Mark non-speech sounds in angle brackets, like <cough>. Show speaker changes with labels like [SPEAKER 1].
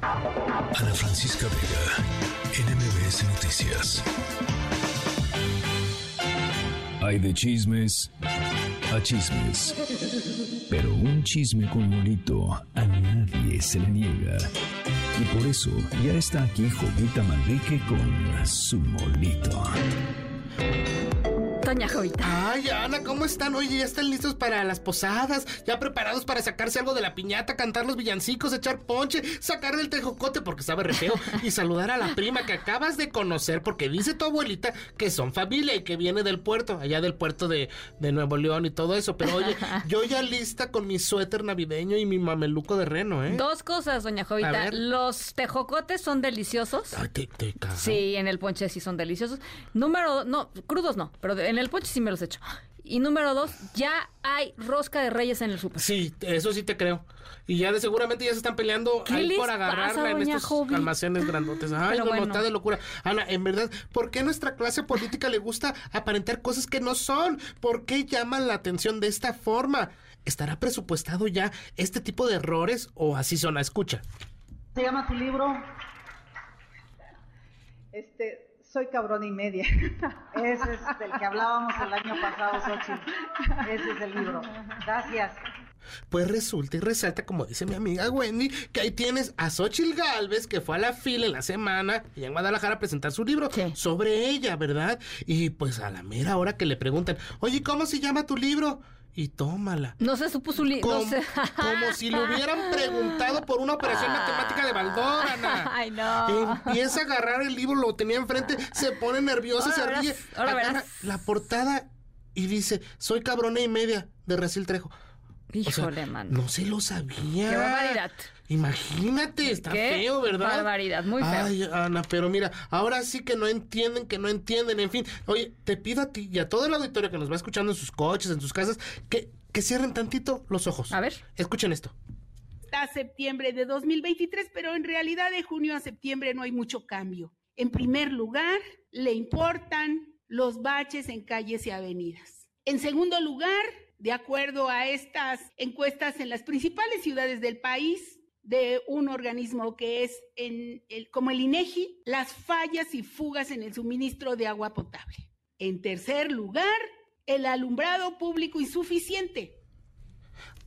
[SPEAKER 1] Ana Francisca Vega, NMBS Noticias. Hay de chismes a chismes. Pero un chisme con Lolito a nadie se le niega. Y por eso ya está aquí Jovita Manrique con su molito.
[SPEAKER 2] Doña Jovita.
[SPEAKER 3] Ay, Ana, ¿cómo están? Oye, ya están listos para las posadas, ya preparados para sacarse algo de la piñata, cantar los villancicos, echar ponche, sacar el tejocote porque sabe re feo y saludar a la prima que acabas de conocer porque dice tu abuelita que son familia y que viene del puerto, allá del puerto de, de Nuevo León y todo eso. Pero oye, yo ya lista con mi suéter navideño y mi mameluco de reno, ¿eh?
[SPEAKER 2] Dos cosas, doña
[SPEAKER 3] A
[SPEAKER 2] Jovita.
[SPEAKER 3] ver.
[SPEAKER 2] Los tejocotes son deliciosos.
[SPEAKER 3] Ay, te, te cago.
[SPEAKER 2] Sí, en el ponche sí son deliciosos. Número dos, no, crudos no, pero de- en el ponche sí me los echo. Y número dos, ya hay rosca de reyes en el súper.
[SPEAKER 3] pues Sí, eso sí te creo. Y ya de seguramente ya se están peleando
[SPEAKER 2] ¿Qué
[SPEAKER 3] ahí
[SPEAKER 2] les
[SPEAKER 3] por
[SPEAKER 2] pasa,
[SPEAKER 3] agarrarla en
[SPEAKER 2] doña
[SPEAKER 3] estos
[SPEAKER 2] Jovita?
[SPEAKER 3] almacenes grandotes. Ay,
[SPEAKER 2] Pero
[SPEAKER 3] no, no,
[SPEAKER 2] bueno.
[SPEAKER 3] está de locura. Ana, en verdad, ¿por qué a nuestra clase política le gusta aparentar cosas que no son? ¿Por qué llaman la atención de esta forma? ¿Estará presupuestado ya este tipo de errores o así son? Escucha.
[SPEAKER 4] se llama tu libro? Este, soy cabrón y media. Ese es del que hablábamos el año pasado, Xochitl. Ese es el libro. Gracias.
[SPEAKER 3] Pues resulta y resalta, como dice mi amiga Wendy, que ahí tienes a Xochitl Galvez, que fue a la fila en la semana y en Guadalajara a presentar su libro
[SPEAKER 2] Sí.
[SPEAKER 3] sobre ella, ¿verdad? Y pues a la mera hora que le preguntan, oye, ¿cómo se llama tu libro? Y tómala.
[SPEAKER 2] No se supuso un li- no
[SPEAKER 3] Como,
[SPEAKER 2] se- <laughs>
[SPEAKER 3] como si le hubieran preguntado por una operación matemática de Baldor, Ana.
[SPEAKER 2] Ah. <laughs> Ay, no.
[SPEAKER 3] Empieza a agarrar el libro, lo tenía enfrente, se pone nerviosa,
[SPEAKER 2] Ahora
[SPEAKER 3] se
[SPEAKER 2] verás,
[SPEAKER 3] ríe.
[SPEAKER 2] ahora
[SPEAKER 3] agarra
[SPEAKER 2] verás.
[SPEAKER 3] la portada y dice, soy cabrona y media de Racil Trejo. O sea,
[SPEAKER 2] Híjole, man.
[SPEAKER 3] No se lo sabía.
[SPEAKER 2] Qué barbaridad.
[SPEAKER 3] Imagínate, está
[SPEAKER 2] Qué
[SPEAKER 3] feo, ¿verdad?
[SPEAKER 2] barbaridad, muy feo.
[SPEAKER 3] Ay, Ana, pero mira, ahora sí que no entienden, que no entienden, en fin. Oye, te pido a ti y a todo el auditorio que nos va escuchando en sus coches, en sus casas, que, que cierren tantito los ojos.
[SPEAKER 2] A ver.
[SPEAKER 3] Escuchen esto.
[SPEAKER 5] a septiembre de 2023, pero en realidad de junio a septiembre no hay mucho cambio. En primer lugar, le importan los baches en calles y avenidas. En segundo lugar, de acuerdo a estas encuestas en las principales ciudades del país de un organismo que es en el- como el INEGI, las fallas y fugas en el suministro de agua potable. En tercer lugar, el alumbrado público insuficiente.